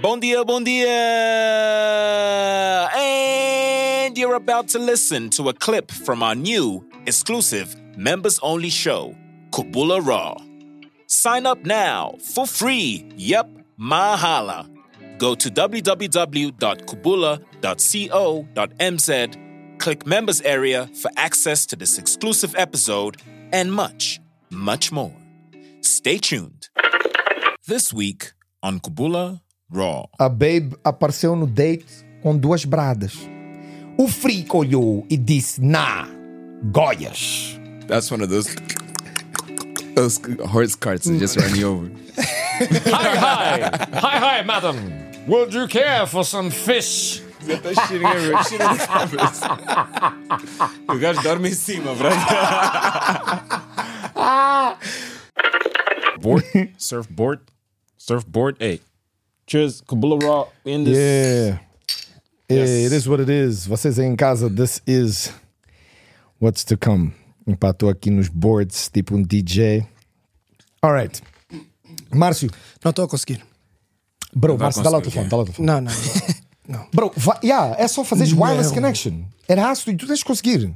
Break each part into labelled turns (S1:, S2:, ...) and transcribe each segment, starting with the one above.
S1: Bom dia, bom dia! And you're about to listen to a clip from our new, exclusive, members only show, Kubula Raw. Sign up now for free. Yep, mahala. Go to www.kubula.co.mz, click members area for access to this exclusive episode and much, much more. Stay tuned. This week on Kubula Raw.
S2: A Babe apareceu no date com duas bradas. O Frico olhou e disse: Na, Goias.
S3: That's one of those those horse carts that just run you over.
S4: Hi, hi. Hi, hi, madam. Would you care for some fish?
S3: O gajo dorme em cima, bro.
S4: Board. Surfboard. Surfboard. Hey. Cheers. Kabula Raw in this.
S2: Yeah. It is what it is. Vocês aí em casa, this is what's to come. Epá, estou aqui nos boards, tipo um DJ. Alright. Márcio,
S5: Não estou a conseguir.
S2: bro, Márcio, dá lá o telefone,
S3: conseguir.
S2: dá lá o telefone.
S5: Não, não.
S2: Bro, va- yeah, é só fazeres wireless
S5: Não.
S2: connection. Era ácido e tu tens de conseguir.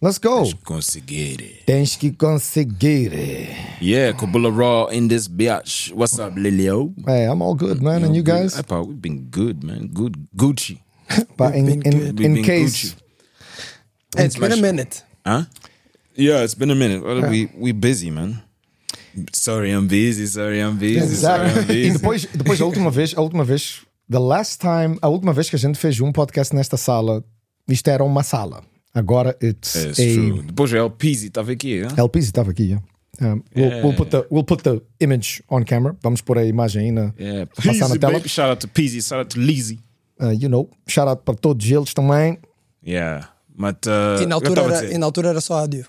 S2: Let's go.
S3: Conseguir.
S2: Tens que conseguir.
S3: Yeah, Kabula Raw in this biatch. What's up, Lilio?
S2: Hey, É, I'm all good, man. And you guys?
S3: Epa, we've been good, man. Good Gucci.
S2: But in,
S5: been
S2: in,
S5: good.
S3: We've
S2: in
S3: been
S2: case,
S3: Gucci.
S5: It's been a É, minute.
S3: Huh? Yeah, it's been a minute. Well, We we busy, man. Sorry, I'm busy. Sorry, I'm busy. Sorry, I'm
S2: Exato. E
S3: busy.
S2: depois, depois a última vez, a última vez, the last time, a última vez que a gente fez um podcast nesta sala, isto era uma sala. Agora it's,
S3: It's
S2: a
S3: true. Depois é o Pizzi, estava aqui, é? huh?
S2: LPZ estava aqui. Yeah. Um, we'll,
S3: É.
S2: we'll put the, we'll put the image on camera. Vamos pôr a imagem aí na,
S3: Yeah,
S2: passar na
S3: Pizzi,
S2: tela.
S3: É, baby. Shout out to Pizzi. Shout out to Lizzy.
S2: Uh, you know, shout out para todos eles também.
S3: Yeah. But, uh,
S5: E na,
S3: eu
S5: altura
S3: tava a
S5: era,
S3: dizer-
S5: e na altura era só áudio.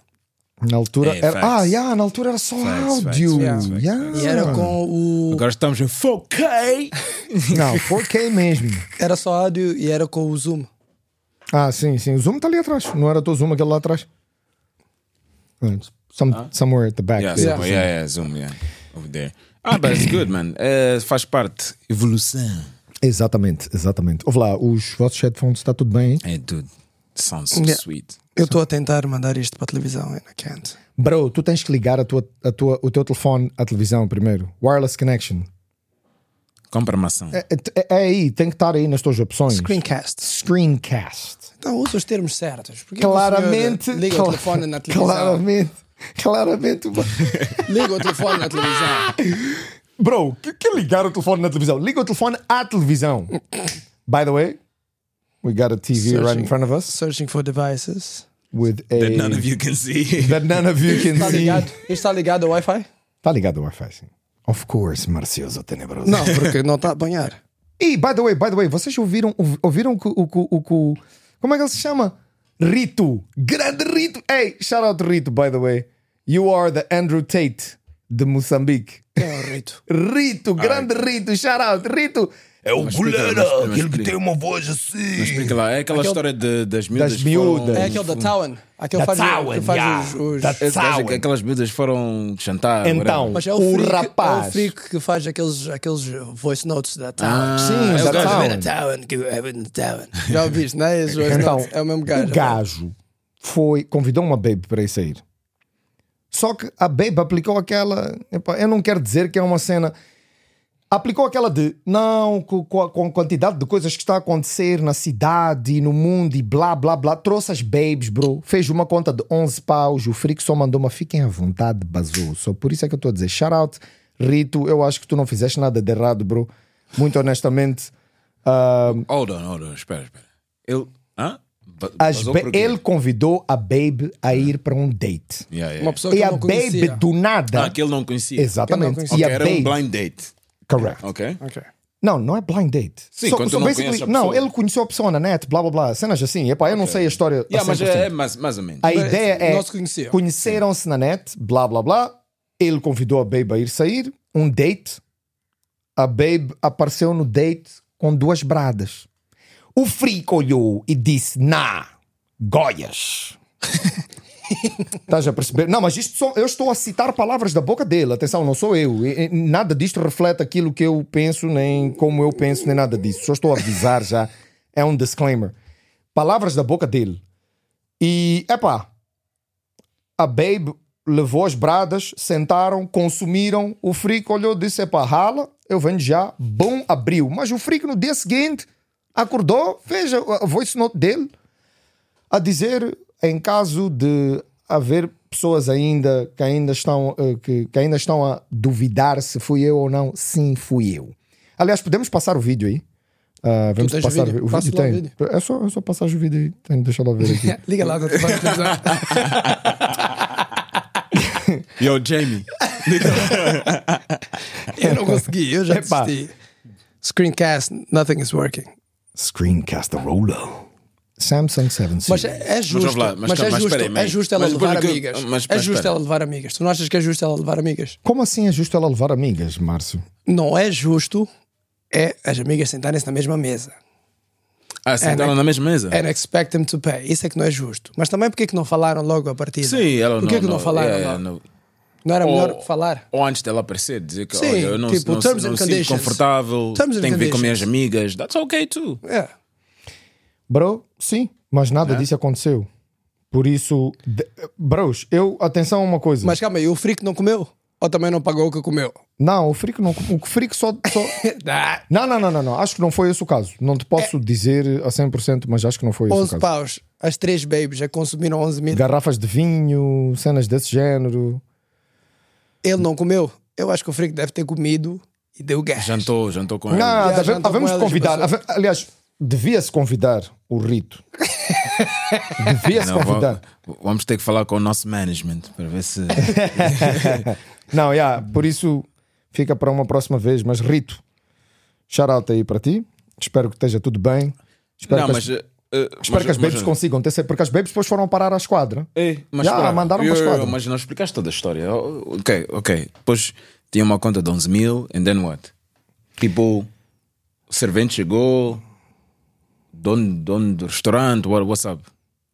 S2: Na altura
S3: É,
S2: era.
S3: facts.
S2: Ah, yeah, na altura era só
S3: Facts,
S2: áudio.
S3: facts, facts,
S2: yeah.
S3: facts.
S5: E era com o.
S3: Agora estamos em 4K.
S2: Não, 4K mesmo.
S5: Era só áudio e era com o Zoom.
S2: Ah, sim, sim. O Zoom está ali atrás. Não era o teu Zoom aquele lá atrás? Uh, Some, Somewhere at the back.
S3: Yeah,
S2: there.
S3: yeah. yeah, yeah, Zoom, yeah. Over there. Ah, but it's good, man. Eh, faz parte. Evolução.
S2: É. Exatamente, exatamente. Ouve lá, os vossos headphones está tudo bem, hein?
S3: É, dude. Sounds so
S5: Yeah.
S3: sweet.
S5: Eu estou a tentar mandar isto para a televisão, and I can't.
S2: Bro, tu tens que ligar a tua, a tua, o teu telefone à televisão primeiro. Wireless connection.
S3: Compra maçã.
S2: É, é- é aí, tem que estar aí nas tuas opções.
S5: Screencast.
S2: Screencast.
S5: Então usa os termos certos. Porque
S2: Claramente.
S5: o senhor Liga o
S2: cla-
S5: telefone na televisão.
S2: Claramente. Claramente.
S5: Liga o telefone na televisão.
S2: Bro, que, que ligar o telefone na televisão? Liga o telefone à televisão. By the way, we got a TV right in
S5: Searching.
S2: front of us
S5: Searching for devices.
S2: with a.
S3: That none of you can see.
S2: that none of you can
S5: Está
S2: see.
S5: Tá ligado? Isto está ligado ao Wi-Fi?
S2: Tá ligado ao Wi-Fi, sim. Of course, Marcioso Tenebroso.
S5: Não, porque não está a banhar.
S2: E, by the way, by the way, vocês ouviram, ouv- ouviram que o, o, o, o- Como é que ele se chama? Rito. Grande Rito. Ei, shout out Rito, by the way. You are the Andrew Tate de Moçambique.
S5: Quem é o Rito?
S2: Rito, grande Rito, shout out, Rito. É o
S3: explica, mas- mas explica.
S2: uma voz assim.
S3: Explica lá. É aquela história de, das miúdas.
S2: Das
S3: que
S2: miúdas.
S5: É
S3: Foram,
S5: aquele da Town. Aquele faz,
S2: Town,
S5: que faz
S2: yeah.
S5: os- os,
S2: Da
S3: Esse gajo é que
S2: Sawan.
S3: aquelas miúdas foram jantar.
S2: Então,
S3: whatever.
S5: Mas é o,
S2: O
S5: freak,
S2: rapaz.
S5: É o freak que faz aqueles, aqueles voice notes da Town.
S2: Sim, tá.
S3: o
S2: Ah, da
S3: gajo.
S2: Town.
S5: É Town, que é na Town. Já ouviste, não é? Esse voice
S2: Então,
S5: notes. É o mesmo gajo.
S2: O gajo foi, convidou uma babe para ir sair. Só que a babe aplicou aquela. epá, eu não quero dizer que é uma cena. Aplicou aquela de não, co- co- com a quantidade de coisas que está a acontecer na cidade e no mundo e blá blá blá. Trouxe as babes, bro. Fez uma conta de 11 paus. O Frico só mandou uma fiquem à vontade, basou. Só por isso é que eu estou a dizer shout out, Rito. Eu acho que tu não fizeste nada de errado, bro. Muito honestamente. ah,
S3: Hold on, hold on. Espera, espera. Ele. Hã? Ba-
S2: As
S3: basou
S2: ba-
S3: por quê? É.
S2: ele convidou a Babe a ir para um date.
S3: Yeah, yeah.
S5: Uma pessoa que
S2: E
S5: eu
S2: a
S5: não
S2: Babe
S5: conhecia.
S2: do nada.
S3: Ah, que ele não conhecia.
S2: Exatamente.
S5: Que eu não
S2: E
S3: Ok,
S2: a
S3: era
S2: Babe.
S3: um blind date.
S2: Correct.
S3: Ok?
S5: Ok.
S2: Não, não é blind date.
S3: Sim, quando tu não
S2: basically-
S3: conheces a
S2: não,
S3: pessoa.
S2: ele conheceu a pessoa na net, blá blá blá, cenas assim. Epá, eu não sei a história. a
S3: Yeah, mas
S2: 100%.
S3: é, é mais, mais ou menos.
S2: A ideia é.
S5: Nós conhecíamos.
S2: Conheceram-se na net, blá blá blá. Ele convidou a Babe a ir sair, um date. A Babe apareceu no date com duas bradas. O Frico olhou e disse: Na, Goias. Estás a perceber? Não, mas isto só, eu estou a citar palavras da boca dele. Atenção, não sou eu. E- e Nada disto reflete aquilo que eu penso, nem como eu penso, nem nada disso. Só estou a avisar já. É um disclaimer. Palavras da boca dele. E, epá, a Babe levou as bradas, sentaram, consumiram. O Frico olhou e disse: epá, rala, eu venho já. Bom, abriu. Mas o Frico no dia seguinte acordou, veja a voice note dele a dizer em caso de haver pessoas ainda que ainda estão eh, que, que ainda estão a duvidar se fui eu ou não, sim, fui eu. Aliás, podemos passar o vídeo aí? Ah, vamos
S5: tens o
S2: passar
S5: vídeo?
S2: o
S5: Passa
S2: vídeo.
S5: lá o
S2: tem.
S5: vídeo.
S2: É só, é só passar o vídeo aí. Tem, deixa lá ver aqui.
S5: Liga lá, doutor. é? vai utilizar.
S3: Yo, Jamie.
S5: Eu não consegui, eu já
S2: Epa.
S5: desisti. Screencast, nothing is working.
S2: Screencast Rolo. Samsung 7
S5: Mas
S2: Series.
S5: é, é justo.
S3: vamos lá, mas
S5: Mas, é,
S3: calma, mas
S5: justo
S3: espera aí,
S5: é
S3: mãe.
S5: justo ela
S3: Mas
S5: levar
S3: porque-
S5: amigas.
S3: mas-
S5: é
S3: mas
S5: justo
S3: espera.
S5: ela levar amigas. Tu não achas que é justo ela levar amigas?
S2: Como assim é justo ela levar amigas, Márcio?
S5: Não é justo é as amigas sentarem-se na mesma mesa. É,
S3: Ah,
S5: né?
S3: sentaram na mesma mesa?
S5: And expect them to pay. Isso é que não é justo. Mas também porque é que não falaram logo a partida?
S3: Sim, ela não.
S5: Porquê que não falaram
S3: yeah,
S5: logo?
S3: yeah, não. Oh.
S5: Não era melhor
S3: Ou-
S5: falar?
S3: Ou antes dela aparecer, dizer que
S5: Sim,
S3: olha, eu não,
S5: tipo,
S3: não,
S5: terms
S3: não
S5: and
S3: sinto
S5: conditions.
S3: confortável,
S5: Terms and
S3: tenho que ver com
S5: conditions.
S3: minhas amigas. That's okay too.
S5: É.
S2: Bro, sim, mas nada disso aconteceu. Por isso, de- bros, eu, atenção a uma coisa.
S5: Mas calma aí, o frico não comeu? Ou também não pagou o que comeu?
S2: Não, o Frico não. O Frico só. só-
S5: Ah,
S2: não, não, não, não, não. Acho que não foi esse o caso. Não te
S5: É.
S2: posso dizer a 100%, mas acho que
S3: é
S2: não foi esse o
S5: 11
S2: caso.
S5: paus. As três babies já consumiram 11 mil.
S2: Garrafas de vinho, cenas desse género.
S5: Ele não comeu? Eu acho que o frico deve ter comido e deu gás.
S3: Jantou, jantou com ela.
S2: Não,
S5: já
S2: deve-
S5: jantou
S2: havemos
S5: com
S2: de
S5: elas,
S2: convidar.
S5: já
S2: have- aliás, devia-se convidar o Rito. devia-se
S5: é
S3: Não, vou-
S2: convidar.
S3: vamos ter que falar com o nosso management para ver se.
S2: Não, yeah, por isso fica para uma próxima vez. Mas Rito, shout out aí para ti. Espero que esteja tudo bem. Espero
S3: não,
S2: que
S3: mas.
S2: as,
S3: eh, eh,
S2: espero
S3: mas-
S2: que as
S3: mas-
S2: babies consigam ter porque as babies depois foram parar à esquadra.
S3: Ei, mas
S2: Já,
S3: espera.
S2: mandaram
S3: Yo,
S2: para a
S3: yo,
S2: esquadra.
S3: yo, Mas não explicaste toda a história. Oh, Ok, ok. Depois tinha uma conta de 11 mil, and then what? Tipo, o servente chegou, dono, dono do restaurante, what, what's up?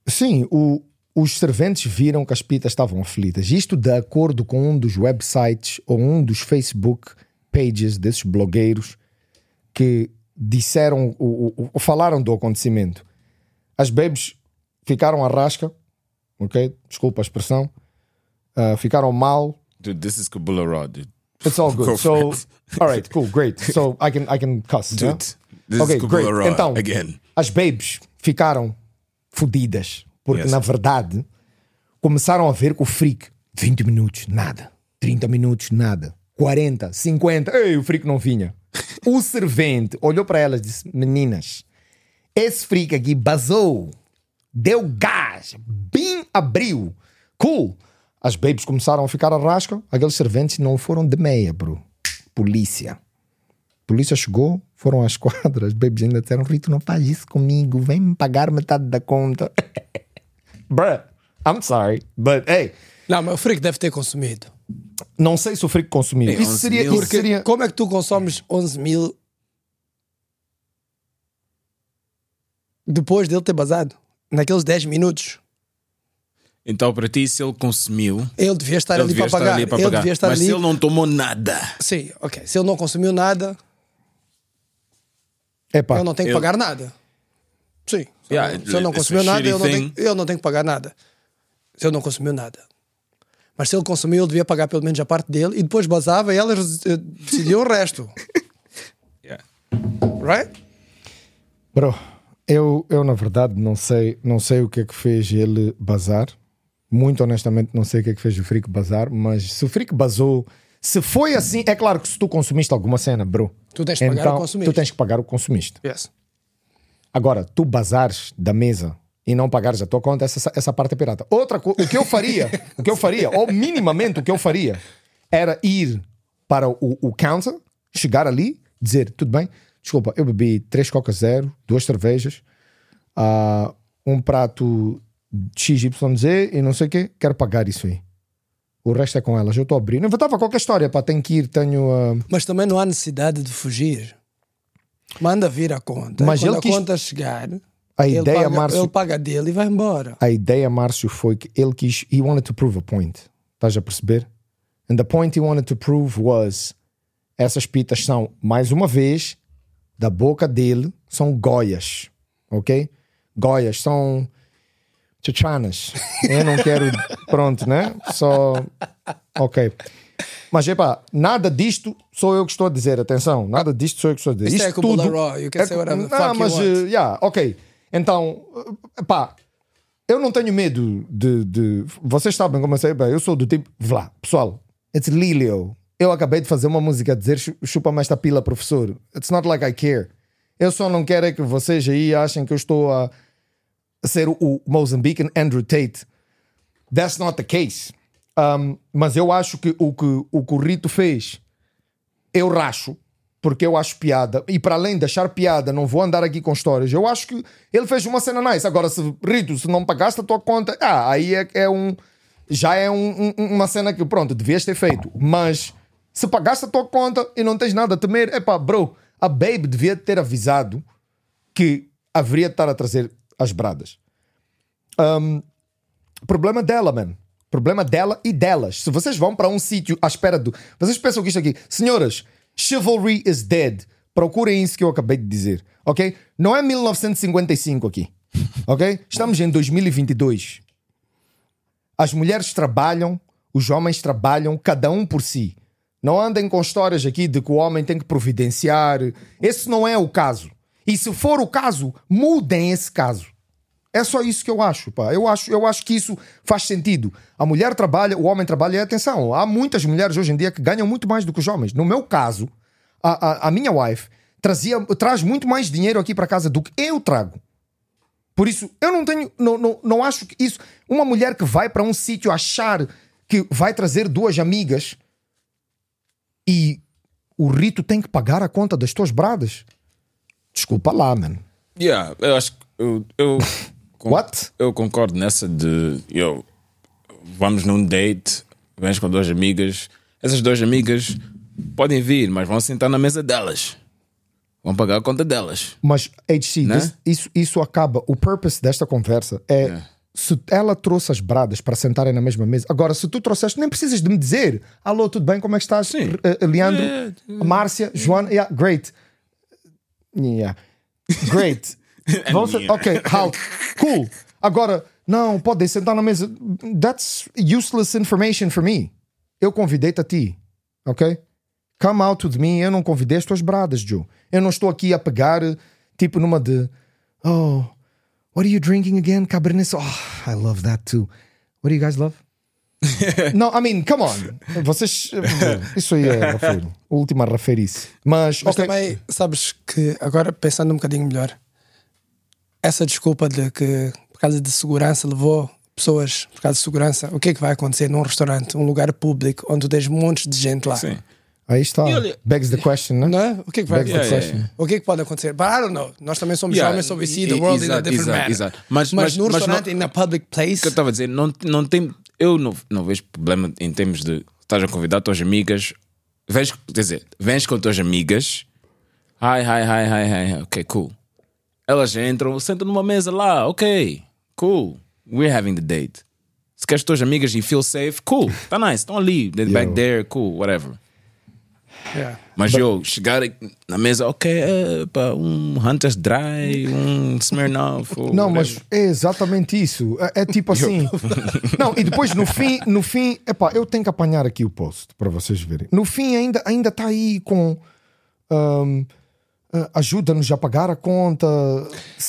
S2: Sim, o- os serventes viram que as pitas estavam aflitas. Isto de acordo com um dos websites ou um dos Facebook pages desses blogueiros que disseram, o- o- o- falaram do acontecimento. As babes ficaram à rasca, ok? Desculpa a expressão. Ah, ficaram mal,
S3: Dude, this is Kabula Raw, dude.
S2: It's all good.
S3: Go
S2: so,
S3: for it.
S2: all right, cool, great. So I can I can cuss.
S3: Dude,
S2: yeah?
S3: this
S2: Okay,
S3: is Kabula
S2: great.
S3: Raw
S2: Então,
S3: again.
S2: as babes ficaram fodidas porque
S3: Yes.
S2: na verdade começaram a ver que o freak 20 minutos nada, 30 minutos nada, 40, 50. Ei, o freak não vinha. O servente olhou para elas e disse: "Meninas, esse freak aqui basou, deu gás, bem abriu. Cool. As babes começaram a ficar a rasca. Aqueles serventes não foram de meia, bro. Polícia. Polícia chegou, foram às quadras. As babes ainda disseram: Rito, não faz isso comigo. Vem me pagar metade da conta. Bruh, I'm sorry. But hey,
S5: Não, mas o frico deve ter consumido.
S2: não sei se o Frico consumiu.
S3: É,
S2: Isso
S3: 11
S2: seria.
S3: mil.
S2: Isso
S5: Porque
S2: seria...
S5: como é que tu consomes 11 mil depois dele ter basado? Naqueles 10 minutos.
S3: Então, para ti, se ele consumiu,
S5: Ele devia estar,
S3: ele
S5: ali,
S3: devia
S5: para
S3: estar
S5: pagar.
S3: ali para
S5: Ele
S3: pagar.
S5: devia estar
S3: Mas
S5: ali.
S3: se ele não tomou nada,
S5: Sim, ok. Se ele não consumiu nada,
S2: Epá,
S5: eu não tenho que
S3: ele-
S5: pagar nada. Sim. Se
S3: Yeah,
S5: eu não- se ele não
S3: it's a
S5: consumiu nada,
S3: shitty
S5: eu não, tenho,
S3: thing.
S5: eu não tenho que pagar nada. Se ele não consumiu nada. Mas se ele consumiu, ele devia pagar pelo menos a parte dele e depois basava e elas eh, decidiam o resto.
S3: Yeah.
S5: Right?
S2: Bro, eu, eu na verdade não sei, não sei o que é que fez ele bazar. Muito honestamente, não sei o que é que fez o Frico bazar, mas se o Frico bazou, se foi assim, é claro que se tu consumiste alguma cena, bro,
S5: Tu tens que pagar
S2: então,
S5: o que consumiste.
S2: Tu tens que pagar o que consumiste.
S5: Yes.
S2: Agora, tu bazares da mesa e não pagares a tua conta, essa, essa parte é pirata. Outra coisa, o que eu faria, o que eu faria, ou minimamente o que eu faria, era ir para o, o counter, chegar ali, dizer, tudo bem, desculpa, eu bebi três coca zero, duas cervejas, ah, um prato XYZ e não sei o quê, quero pagar isso aí. O resto é com elas, eu estou a abrir. Não inventava qualquer história, pá, tenho que ir, tenho... ah,
S5: Mas também não há necessidade de fugir. Manda vir a conta.
S2: Mas
S5: Quando
S2: ele
S5: a
S2: quis-
S5: conta chegar,
S2: A
S5: Ele
S2: ideia,
S5: paga,
S2: Márcio,
S5: ele paga dele e vai embora.
S2: a ideia, Márcio, foi que ele quis. He wanted to prove a point. Estás a perceber? And the point he wanted to prove was: essas pitas são, mais uma vez, da boca dele, são goias. Ok? Goias são. Tchatchanas. Eu não quero. Pronto, né? Só. Ok. Mas, epá, nada disto sou eu que estou a dizer. Atenção, nada disto sou eu que estou a dizer.
S5: Isto é
S2: Isto
S5: como
S2: tudo
S5: Laró, you can say whatever the
S2: Não,
S5: fuck you
S2: mas,
S5: want.
S2: eh, yeah, ok. Então, eh, pá, eu não tenho medo de, de- Vocês sabem como eu sei, bem, eu sou do tipo. Vlá, pessoal, it's Lilio. Eu acabei de fazer uma música a dizer "Chu- chupa-me esta pila, professor. It's not like I care. Eu só não quero é que vocês aí achem que eu estou a ser o- o Mozambican Andrew Tate. That's not the case. Um, mas eu acho que o, que o que o Rito fez, eu racho, porque eu acho piada. E para além de achar piada, não vou andar aqui com histórias. Eu acho que ele fez uma cena nice. Agora, se Rito, se não pagaste a tua conta, ah, aí é, é um. Já é um- um- uma cena que, pronto, devias ter feito. Mas se pagaste a tua conta e não tens nada a temer, epá, bro, a Babe devia ter avisado que haveria de estar a trazer as bradas Hum, problema dela, mano. Problema dela e delas. Se vocês vão para um sítio à espera do. Vocês pensam que isto aqui. Senhoras, chivalry is dead. Procurem isso que eu acabei de dizer, ok? Não é 1955 aqui, ok? Estamos em 2022. As mulheres trabalham, os homens trabalham, cada um por si. Não andem com histórias aqui de que o homem tem que providenciar. Esse não é o caso. E se for o caso, mudem esse caso. É só isso que eu acho, pá. Eu acho, eu acho que isso faz sentido. A mulher trabalha, o homem trabalha. E atenção, há muitas mulheres hoje em dia que ganham muito mais do que os homens. No meu caso, a, a- a minha wife trazia, traz muito mais dinheiro aqui para casa do que eu trago. Por isso, eu não tenho, não, não, não acho que isso. Uma mulher que vai para um sítio achar que vai trazer duas amigas e o rito tem que pagar a conta das tuas bradas. Desculpa lá, mano.
S3: Yeah, eu acho que. Eu, eu, con-
S2: What?
S3: eu concordo nessa de. Yo, vamos num date, vens com duas amigas. Essas duas amigas podem vir, mas vão sentar na mesa delas. Vão pagar a conta delas.
S2: Mas, HC,
S3: Né?
S2: this- isso, isso acaba. O purpose desta conversa é. Se ela trouxe as bradas para sentarem na mesma mesa. Agora, se tu trouxeste, nem precisas de me dizer. Alô, tudo bem? Como é que estás?
S3: Sim. É,
S2: R- eh, Leandro, Márcia, Joana. Yeah, great. Yeah. Great. Vamos-
S3: Yeah.
S2: Ok, halt. Cool. Agora, não, podem sentar na mesa. That's useless information for me. Eu convidei-te a ti. Ok? Come out with me. Eu não convidei as tuas bradas, Joe. Eu não estou aqui a pegar, eh, tipo, numa de. Oh, what are you drinking again? Cabernet. Sau- Oh, I love that too. What do you guys love? não, I mean, come on. Vocês. Isso aí é rafeiro. Última rafeirice. Mas,
S5: Mas
S2: ok.
S5: também, sabes que agora pensando um bocadinho melhor, essa desculpa de que por causa de segurança levou pessoas por causa de segurança, o que é que vai acontecer num restaurante, um lugar público onde tu tens montes de gente lá?
S3: Sim.
S2: Aí está.
S3: E olha-
S2: Begs the question, né?
S5: Não é? O que é que vai
S2: Back to
S5: acontecer?
S3: the question.
S5: O que é que pode acontecer? But I don't know. Nós também somos
S3: Yeah,
S5: homens, sobre si,
S3: e-
S5: the world is a
S3: exato,
S5: different
S3: exato,
S5: matter.
S3: exato.
S5: Mas,
S3: Mas- mas-
S5: num
S3: mas não-
S5: restaurante, in a public place,
S3: que eu estava a dizer, não, não tem. Eu não, não vejo problema em termos de estás a convidar tuas amigas. Vens, quer dizer, vens com tuas amigas. Hi, hi, hi, hi, hi, hi. Ok, cool. Elas entram, sentam numa mesa lá. Ok, cool. We're having the date. Se queres tuas amigas e feel safe, cool. Tá nice, estão ali. They're back
S2: Yo.
S3: there, cool, whatever.
S5: yeah.
S3: Mas eu chegar na mesa, ok, é, pá, um Hunter's Dry, um Smirnoff. ou
S2: Não,
S3: whatever.
S2: mas é exatamente isso. É, é tipo assim. não, e depois no fim, no fim, epá, eu tenho que apanhar aqui o post para vocês verem. No fim, ainda ainda está aí com. ahm, ah, Ajuda-nos a pagar a conta.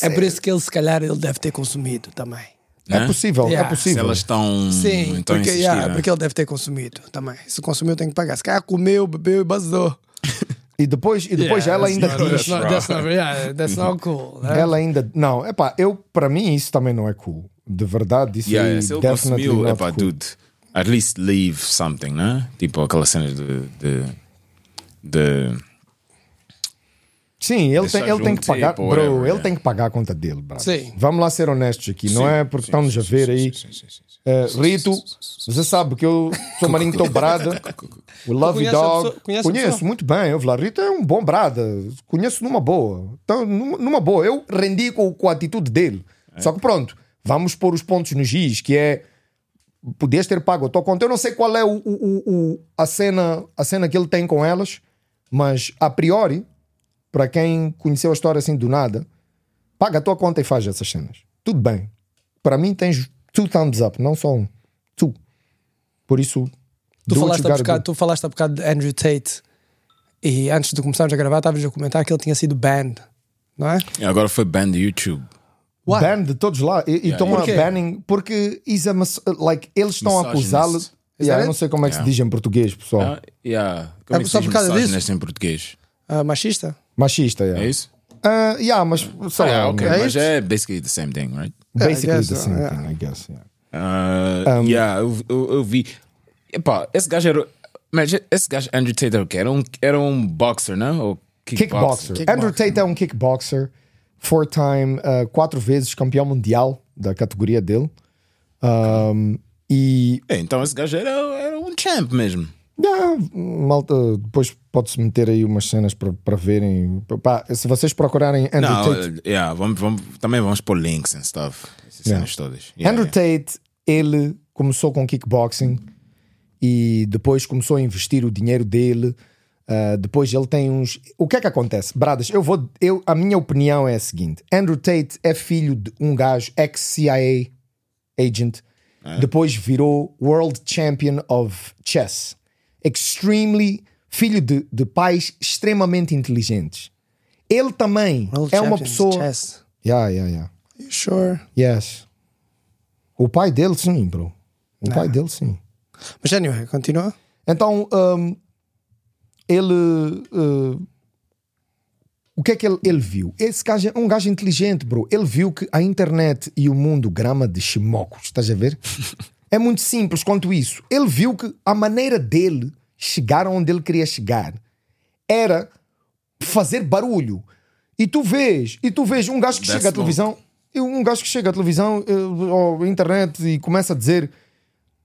S5: é por isso que ele, se calhar, ele deve ter consumido também.
S2: É
S3: Né?
S2: possível,
S5: Yeah.
S2: é
S3: Se
S2: possível.
S3: elas estão.
S5: Sim,
S3: então
S5: porque,
S3: insistir,
S5: yeah,
S3: né?
S5: porque ele deve ter consumido também. Se consumiu, tem que pagar. Se calhar comeu, bebeu e basou.
S2: E depois, e depois ela ainda diz.
S5: That's not, that's not, yeah, that's not cool. né?
S2: Ela ainda. Não, epá, eu, para mim, isso também não é cool. De verdade, isso
S3: Yeah,
S2: aí
S3: yeah, se ele
S2: definitely
S3: consumiu,
S2: not
S3: é pá,
S2: cool.
S3: dude, at least leave something, né? Tipo aquelas cenas de. de, de
S2: Sim, ele,
S3: Deixar
S2: tem, ele tem que
S3: junto,
S2: pagar.
S3: tipo,
S2: bro,
S3: whatever,
S2: ele
S3: é.
S2: tem que pagar a conta dele, brother.
S5: Sim.
S2: Vamos lá ser honestos aqui, não é porque estamos a ver aí. eh, Rito, você sabe que eu sou marinho tão brada. O Love
S5: conhece a
S2: Dog.
S5: pessoa- conhece a
S2: Conheço
S5: pessoa?
S2: muito bem. Eu lá, Rito é um bom brada. Conheço numa boa. Então, numa, numa boa. Eu rendi com, com a atitude dele. Só que pronto, vamos pôr os pontos nos is, que é podias ter pago a tua conta. Eu não sei qual é o, o- o- o- a, cena, a cena que ele tem com elas, mas a priori, para quem conheceu a história assim do nada, paga a tua conta e faz essas cenas. Tudo bem. Para mim tens two thumbs up, não só um. Two. Por isso,
S5: Tu
S2: do what
S5: falaste,
S2: you
S5: a
S2: gotta
S5: bocado,
S2: do.
S5: tu falaste a bocado de Andrew Tate e antes de começarmos a gravar estavas a comentar que ele tinha sido banned, não é?
S3: E agora foi ban do YouTube.
S5: Why?
S2: Ban de todos lá. E e estão
S5: Por
S2: a
S5: quê?
S2: banning porque he's a mis- like, eles estão a acusá-lo.
S3: Misogynist.
S2: Yeah,
S5: that
S2: eu não
S5: it?
S2: sei como é que se diz em português, pessoal.
S3: Ah, yeah.
S5: É
S3: Como é que
S5: só
S3: se diz
S5: por causa
S3: misógino
S5: disso?
S3: em português?
S5: Ah, machista?
S2: Machista, yeah.
S3: É isso?
S2: Ah, yeah, mas sei lá,
S3: Yeah, ok.
S2: é
S3: Mas
S2: isso?
S3: é basically the same thing, right?
S2: Basically
S5: I guess,
S2: the same
S5: yeah.
S2: thing, I guess. yeah. Um,
S3: Uh, yeah, eu, eu, eu vi. Epá, esse gajo era. Mas esse gajo, Andrew Tate, era o quê? Era um, era um boxer, não? Ou
S2: Kickboxer. Andrew Tate é um kickboxer, four-time, uh, quatro vezes campeão mundial da categoria dele. Um, e
S3: É, então esse gajo era, era um champ mesmo.
S2: yeah, malta, depois pode-se meter aí umas cenas para verem. Pá, se vocês procurarem Andrew
S3: Não,
S2: Tate.
S3: uh, yeah, vamos, vamos, também vamos pôr links and stuff. Essas
S2: Yeah.
S3: cenas todas. Yeah,
S2: Andrew
S3: yeah.
S2: Tate, ele começou com kickboxing e depois começou a investir o dinheiro dele. Ah, depois ele tem uns. O que é que acontece? Bradas, eu vou. Eu, a minha opinião é a seguinte: Andrew Tate é filho de um gajo ex-CIA agent,
S3: É.
S2: depois virou World Champion of Chess. Extremely. Filho de, de pais extremamente inteligentes. Ele também
S5: World
S2: é uma
S5: champions,
S2: pessoa.
S5: Chess.
S2: Yeah, yeah, yeah.
S5: You sure?
S2: Yes. O pai dele, sim, bro. O pai dele, sim.
S5: Mas anyway, continua.
S2: Então, hum, ele. uh, o que é que ele, ele viu? Esse gajo é um gajo inteligente, bro. Ele viu que a internet e o mundo grama de chimocos, estás a ver? é muito simples quanto isso. Ele viu que a maneira dele chegar onde ele queria chegar era fazer barulho. E tu vês, e tu vês um gajo que
S3: That's
S2: chega à
S3: long.
S2: televisão, e um gajo que chega à televisão eh, ou à internet e começa a dizer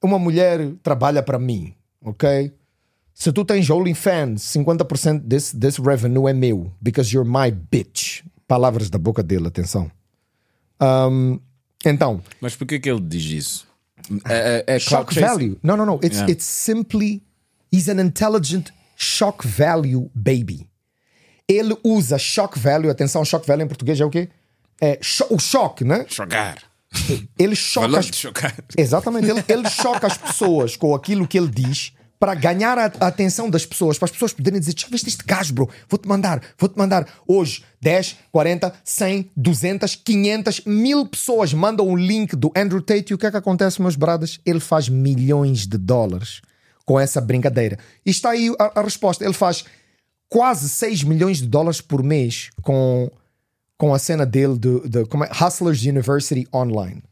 S2: uma mulher trabalha para mim, ok? Se tu tens OnlyFans, 50% desse, desse revenue é meu, because you're my bitch. Palavras da boca dele, atenção. Ahm, então,
S3: Mas por que que ele diz isso? É, é, é
S2: shock
S3: clout chasing?
S2: value. No, no, no. It's
S3: Yeah.
S2: it's simply he's an intelligent shock value baby. Ele usa shock value, atenção, shock value em português é o quê? É cho- o choque, né?
S3: Chocar.
S2: Ele choca
S3: Valor
S2: as
S3: de chocar.
S2: Exatamente, ele, ele choca as pessoas com aquilo que ele diz para ganhar a, a atenção das pessoas, para as pessoas poderem dizer: Já viste este gajo, bro? Vou-te mandar, vou-te mandar. Hoje, 10, 40, 100, 200, 500, mil pessoas mandam o link do Andrew Tate e o que é que acontece, meus bradas? Ele faz milhões de dólares com essa brincadeira. E está aí a, a resposta: ele faz quase 6 milhões de dólares por mês com com a cena dele do, do como é? Hustlers University Online.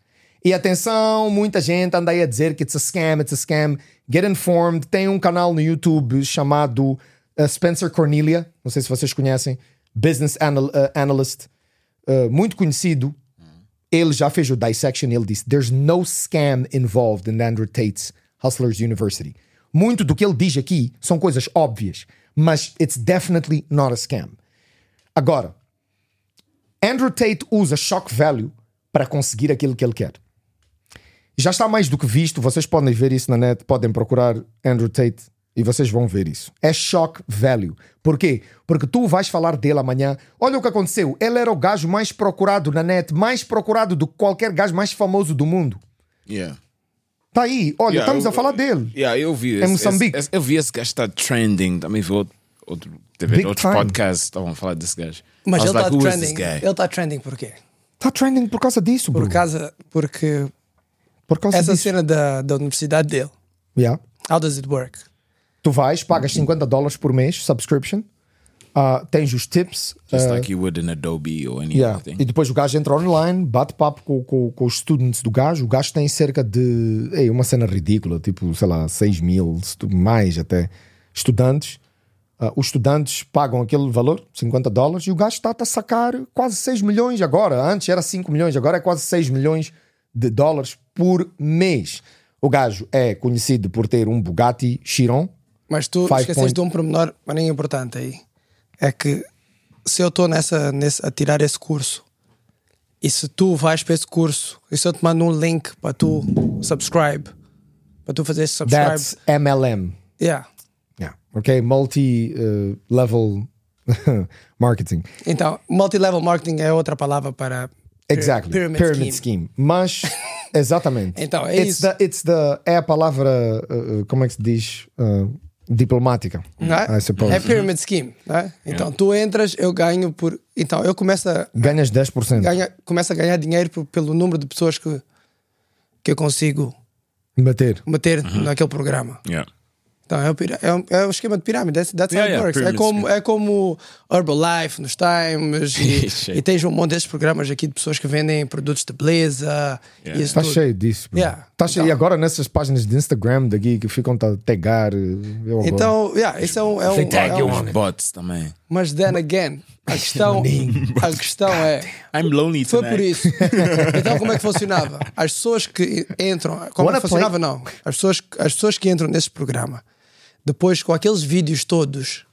S2: E atenção, muita gente anda aí a dizer que it's a scam, it's a scam. Get informed. Tem um canal no YouTube chamado uh, Spencer Cornelia, não sei se vocês conhecem, Business anal- uh, Analyst, uh, muito conhecido. Ele já fez o dissection e ele disse: There's no scam involved in Andrew Tate's Hustlers University. Muito do que ele diz aqui são coisas óbvias, mas it's definitely not a scam. Agora, Andrew Tate usa shock value para conseguir aquilo que ele quer. Já está mais do que visto, vocês podem ver isso na net, podem procurar Andrew Tate e vocês vão ver isso. É shock value. Por quê? Porque tu vais falar dele amanhã. Olha o que aconteceu. Ele era o gajo mais procurado na net, mais procurado do que qualquer gajo mais famoso do mundo.
S3: Yeah.
S2: Tá aí, olha,
S3: Yeah,
S2: estamos
S3: eu-
S2: a falar dele.
S3: Yeah, eu vi esse,
S2: Moçambique.
S3: esse- eu vi esse gajo estar trending. Também vi outro, outro, teve
S2: Big
S3: outros
S2: time.
S3: podcasts. Estavam a falar desse gajo.
S5: Mas
S3: I
S5: ele está
S3: was like, who is this
S5: trending.
S3: guy?
S5: Ele está trending porquê?
S2: Tá trending por causa disso, bro.
S5: Por causa, porque
S2: Por causa
S5: essa
S2: disso.
S5: cena da, da universidade dele,
S2: Yeah.
S5: how does it work?
S2: Tu vais, pagas 50 dólares por mês, subscription. Ah, tens os tips.
S3: Just
S2: ah,
S3: like you would in Adobe or any
S2: Yeah.
S3: other thing.
S2: E depois o gajo entra online, bate papo com, com- com os students do gajo. O gajo tem cerca de. É uma cena ridícula, tipo, sei lá, 6 mil, se tu- mais até, estudantes. Ah, ah, os estudantes pagam aquele valor, 50 dólares, e o gajo está a sacar quase 6 milhões agora. Antes era 5 milhões, agora é quase 6 milhões de dólares por mês. O gajo é conhecido por ter um Bugatti Chiron.
S5: Mas tu
S2: Five
S5: esqueceste
S2: point-
S5: de um pormenor, mas nem importante aí. É que se eu estou nessa, nesse, a tirar esse curso, e se tu vais para esse curso, e se eu te mando um link para tu subscribe, para tu fazer esse subscribe,
S2: That's MLM.
S5: yeah.
S2: Yeah. Ok? Multi-level uh, marketing.
S5: Então, multilevel marketing é outra palavra para pyra-
S2: Exactly.
S5: pyramid,
S2: Pyramid,
S5: scheme.
S2: scheme. Mas, exatamente.
S5: Então, é
S2: it's
S5: isso.
S2: The, it's the, é a palavra, uh, uh, como é que se diz? Uh, diplomática.
S5: Não é?
S2: Ah, I suppose.
S5: É pyramid scheme, não é? Então, tu entras, eu ganho por. Então, eu começo a
S2: Ganhas 10%.
S5: ganhar, começo a ganhar dinheiro por- pelo número de pessoas que, que eu consigo
S2: Bater.
S5: meter naquele programa.
S3: Uhum. Yeah.
S5: Então, é o, pira- é um- é o esquema de pirâmide. That's, that's
S3: Yeah, yeah,
S5: how it works.
S3: pyramid
S5: É como, é como Herbalife nos Times. E,
S3: Cheio.
S5: e tens um monte desses programas aqui de pessoas que vendem produtos de beleza. e Isso
S2: Está Tá
S5: tudo.
S2: cheio disso. bro.
S5: Yeah.
S2: Tá cheio.
S5: Então-
S2: E agora nessas páginas de Instagram daqui que ficam a tegar. uh, Eu agora.
S5: Então, yeah, isso é um. É um,
S3: They tag
S5: é
S3: you
S5: um-
S3: on bots também.
S5: mas then again, a questão, a questão é.
S3: I'm lonely
S5: Foi
S2: Né?
S3: tonight.
S5: por isso. Então, como é que funcionava? As pessoas que entram. Como é
S2: Wanna
S5: que funcionava?
S2: play?
S5: Não. As pessoas, as pessoas que entram nesse programa, depois com aqueles vídeos todos,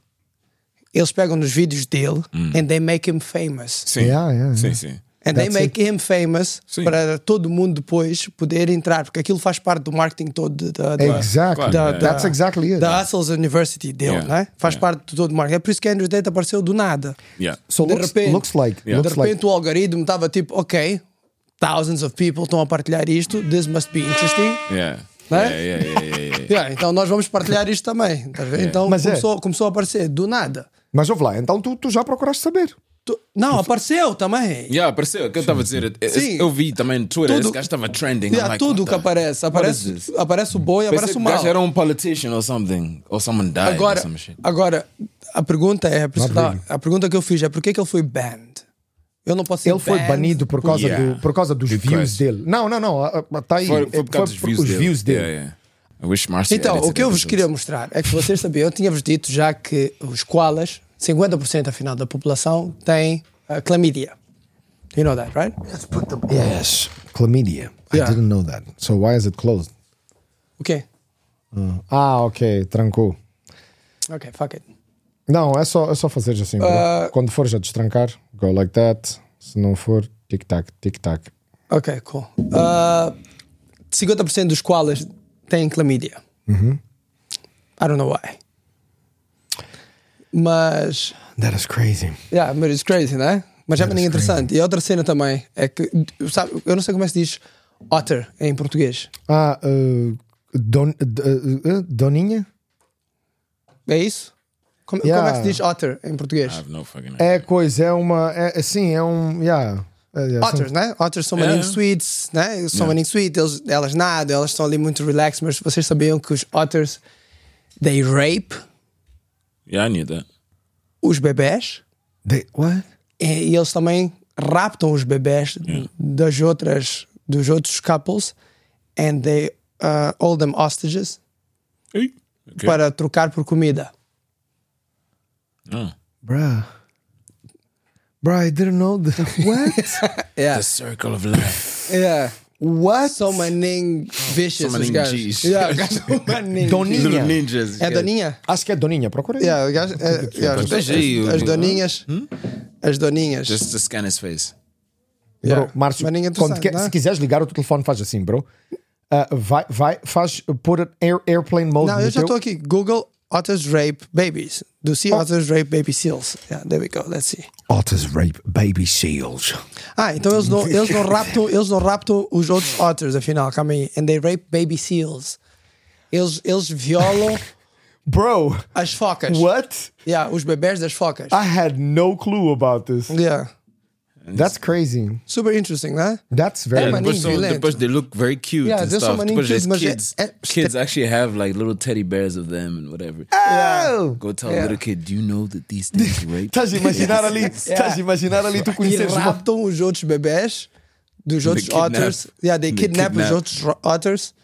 S5: eles pegam nos vídeos dele
S3: Hum.
S5: and they make him famous.
S3: Sim.
S2: Yeah, yeah,
S3: sim,
S2: yeah.
S3: sim.
S5: And they
S2: That's
S5: make him famous
S3: Sim.
S5: para todo mundo depois poder entrar, porque aquilo faz parte do marketing todo de- da, da,
S2: Exactly.
S3: Claro, Da-
S5: da-
S2: That's exactly it.
S5: da Hustles University dele,
S3: Yeah.
S5: né? Faz
S3: Yeah.
S5: parte de todo o marketing. É por isso que Andrew Tate apareceu do nada.
S3: Yeah.
S2: so
S5: de
S2: looks,
S5: repente-
S2: looks like.
S3: Yeah.
S5: De
S2: Looks like
S5: repente o algoritmo estava tipo, ok, thousands of people estão a partilhar isto, this must be interesting.
S3: Yeah.
S5: Né?
S3: Yeah, yeah, yeah, yeah, yeah, yeah.
S5: Yeah, então nós vamos partilhar isto também. estás a ver? Então
S2: Mas é.
S5: começou, começou a aparecer do nada.
S2: Mas ouve lá, então tu, tu já procuraste saber.
S5: Tu- não, apareceu também.
S3: Yeah, apareceu. O que eu estava a dizer? é- é-
S5: Sim.
S3: Eu vi também no Twitter,
S5: Tudo-
S3: esse gajo estava trending.
S5: Yeah,
S3: I'm like,
S5: tudo
S3: what
S5: que
S3: the-
S5: aparece.
S3: what is
S5: Aparece,
S3: this?
S5: aparece o boi, aparece
S3: Pensei que
S5: o
S3: o
S5: mal.
S3: gajo era um politician or something. Or someone died
S5: Agora,
S3: or some shit.
S5: agora, a pergunta é, por isso que
S2: Not
S5: tá- a pergunta que eu fiz é por que que ele foi banned? Eu não posso ser
S2: Ele foi
S5: banned
S2: banido por causa,
S3: Yeah.
S2: do, por causa dos
S3: Because-
S2: views dele. Não, não, não. a- a- Tá aí.
S3: Foi, foi por causa dos views
S2: os
S3: dele.
S2: views dele.
S3: Yeah, yeah. I wish Marcy
S5: Então,
S3: edited
S5: o que eu vos
S3: episodes.
S5: queria mostrar é que vocês sabiam, eu tinha-vos dito já que os koalas, 50% afinal da população, têm uh, clamídia. You know that, right?
S2: Yes. Chlamydia.
S5: Yeah.
S2: I didn't know that. So why is it closed?
S5: O quê?
S2: Ah, ok. Trancou.
S5: Ok, fuck it.
S2: Não, é só, é só fazeres assim. bro.
S3: Uh,
S2: Quando fores a destrancar, go like that. Se não for, tic-tac, tic-tac.
S5: Ok, cool. Uh, 50% dos koalas têm clamídia. I don't know why. Mas,
S2: That is crazy.
S5: yeah, but it's crazy, né? Mas é bem
S2: is
S5: interessante. E a outra cena também é que, sabe, eu não sei como é que se diz otter em português.
S2: Ah, uh, don, d- uh, uh, Doninha?
S5: É isso? Como,
S2: Yeah.
S5: como é que se diz otter em português?
S3: I have no fucking idea.
S2: É coisa, é uma. É, é- sim, é um. Yeah. É, yeah,
S5: Otters, né? Otters são maninhos
S3: É.
S5: suítes, né? São maninhos suítes, eles- elas nadam, elas estão ali muito relax, mas vocês sabiam que os otters, they rape
S3: Yeah, I knew that.
S5: os bebés
S2: They, what?
S5: e, e eles também raptam os bebés das outras, dos outros couples and they uh, hold them hostages
S3: Ei, ok.
S5: para trocar por comida.
S3: Ah.
S2: Bruh. Bruh, I didn't know that. What?
S5: Yeah.
S3: The circle of life.
S5: Yeah.
S2: What?
S5: São maninho vicious os
S3: maninho
S5: gajos.
S3: Gs.
S5: Yeah, gajos são maninho
S2: Doninha.
S5: Gs.
S3: Little ninjas.
S5: É Doninha?
S2: Acho que é Doninha, procura aí.
S5: Yeah, o gajo- é, yeah, as,
S3: Mas aí,
S5: as- as
S3: o-
S5: doninhas.
S2: Hum?
S5: As doninhas.
S3: Just to scan his face.
S2: Bro,
S5: Yeah.
S2: Márcio,
S5: Mas ninguém
S2: quando
S5: interessante,
S2: que-
S5: né?
S2: se quiseres ligar o teu telefone, faz assim, bro. Ah, vai, vai, faz, put air, airplane mode
S5: Não,
S2: no
S5: eu já
S2: teu- Oh.
S5: estou aqui. Google Otters Rape Babies. Do Sea Otters Rape Baby Seals. Yeah, there we go. Let's see.
S2: Otters rape baby seals.
S5: Ah, então eles não, eles não, raptam, eles não raptam os outros otters, afinal. Calma aí. And they rape baby seals. Eles, eles violam
S2: Bro,
S5: as focas.
S2: what? Ah.
S5: Yeah, os bebés das focas.
S2: I had no clue about this.
S5: Yeah.
S2: That's crazy.
S5: Super interesting, né?
S2: That's very
S5: Yeah,
S2: much.
S5: maninho
S3: Depois, são,
S5: violento.
S3: depois they look very cute
S5: Yeah,
S3: and
S5: there's so
S3: stuff.
S5: many
S3: Depois
S5: kids,
S3: there's
S5: mas é-
S3: kids,
S5: é-
S3: kids actually have like little teddy bears of them and whatever.
S2: Oh!
S3: Go tell
S5: Yeah.
S3: a little kid, do you know that these things rape?
S2: Estás a imaginar ali, estás a imaginar ali, tu
S5: E
S2: conheceres uma...
S5: raptam os outros bebés dos outros
S3: kidnap.
S5: otters. Yeah, they,
S3: They
S5: kidnap, os
S3: kidnap.
S5: outros ro- otters.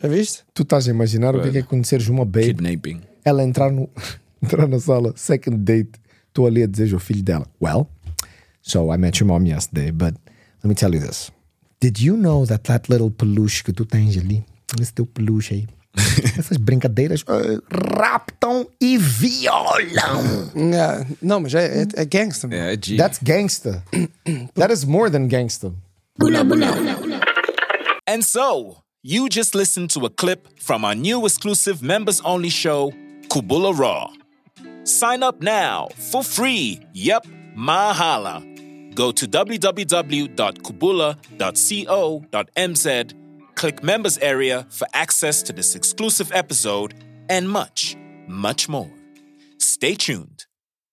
S5: Já viste?
S2: Tu estás a imaginar o que é que é conheceres uma baby,
S3: Kidnapping.
S2: ela entrar no, entrar na sala, second date, estou ali a dizer ao filho dela, well, so I met your mom yesterday, but let me tell you this. Did you know that that little peluche que tu tens ali, esse teu peluche aí, essas brincadeiras eh, raptam e violam.
S5: Yeah. Não, mas é, é, é gangster. mano.
S3: É, é G.
S2: That's gangster. That is more than gangster.
S1: And so, you just listened to a clip from our new exclusive members only show, Kubula Raw. Sign up now for free. Yep, Mahala. Go to www.kubula.co.mz, click members area for access to this exclusive episode and much, much more. Stay tuned.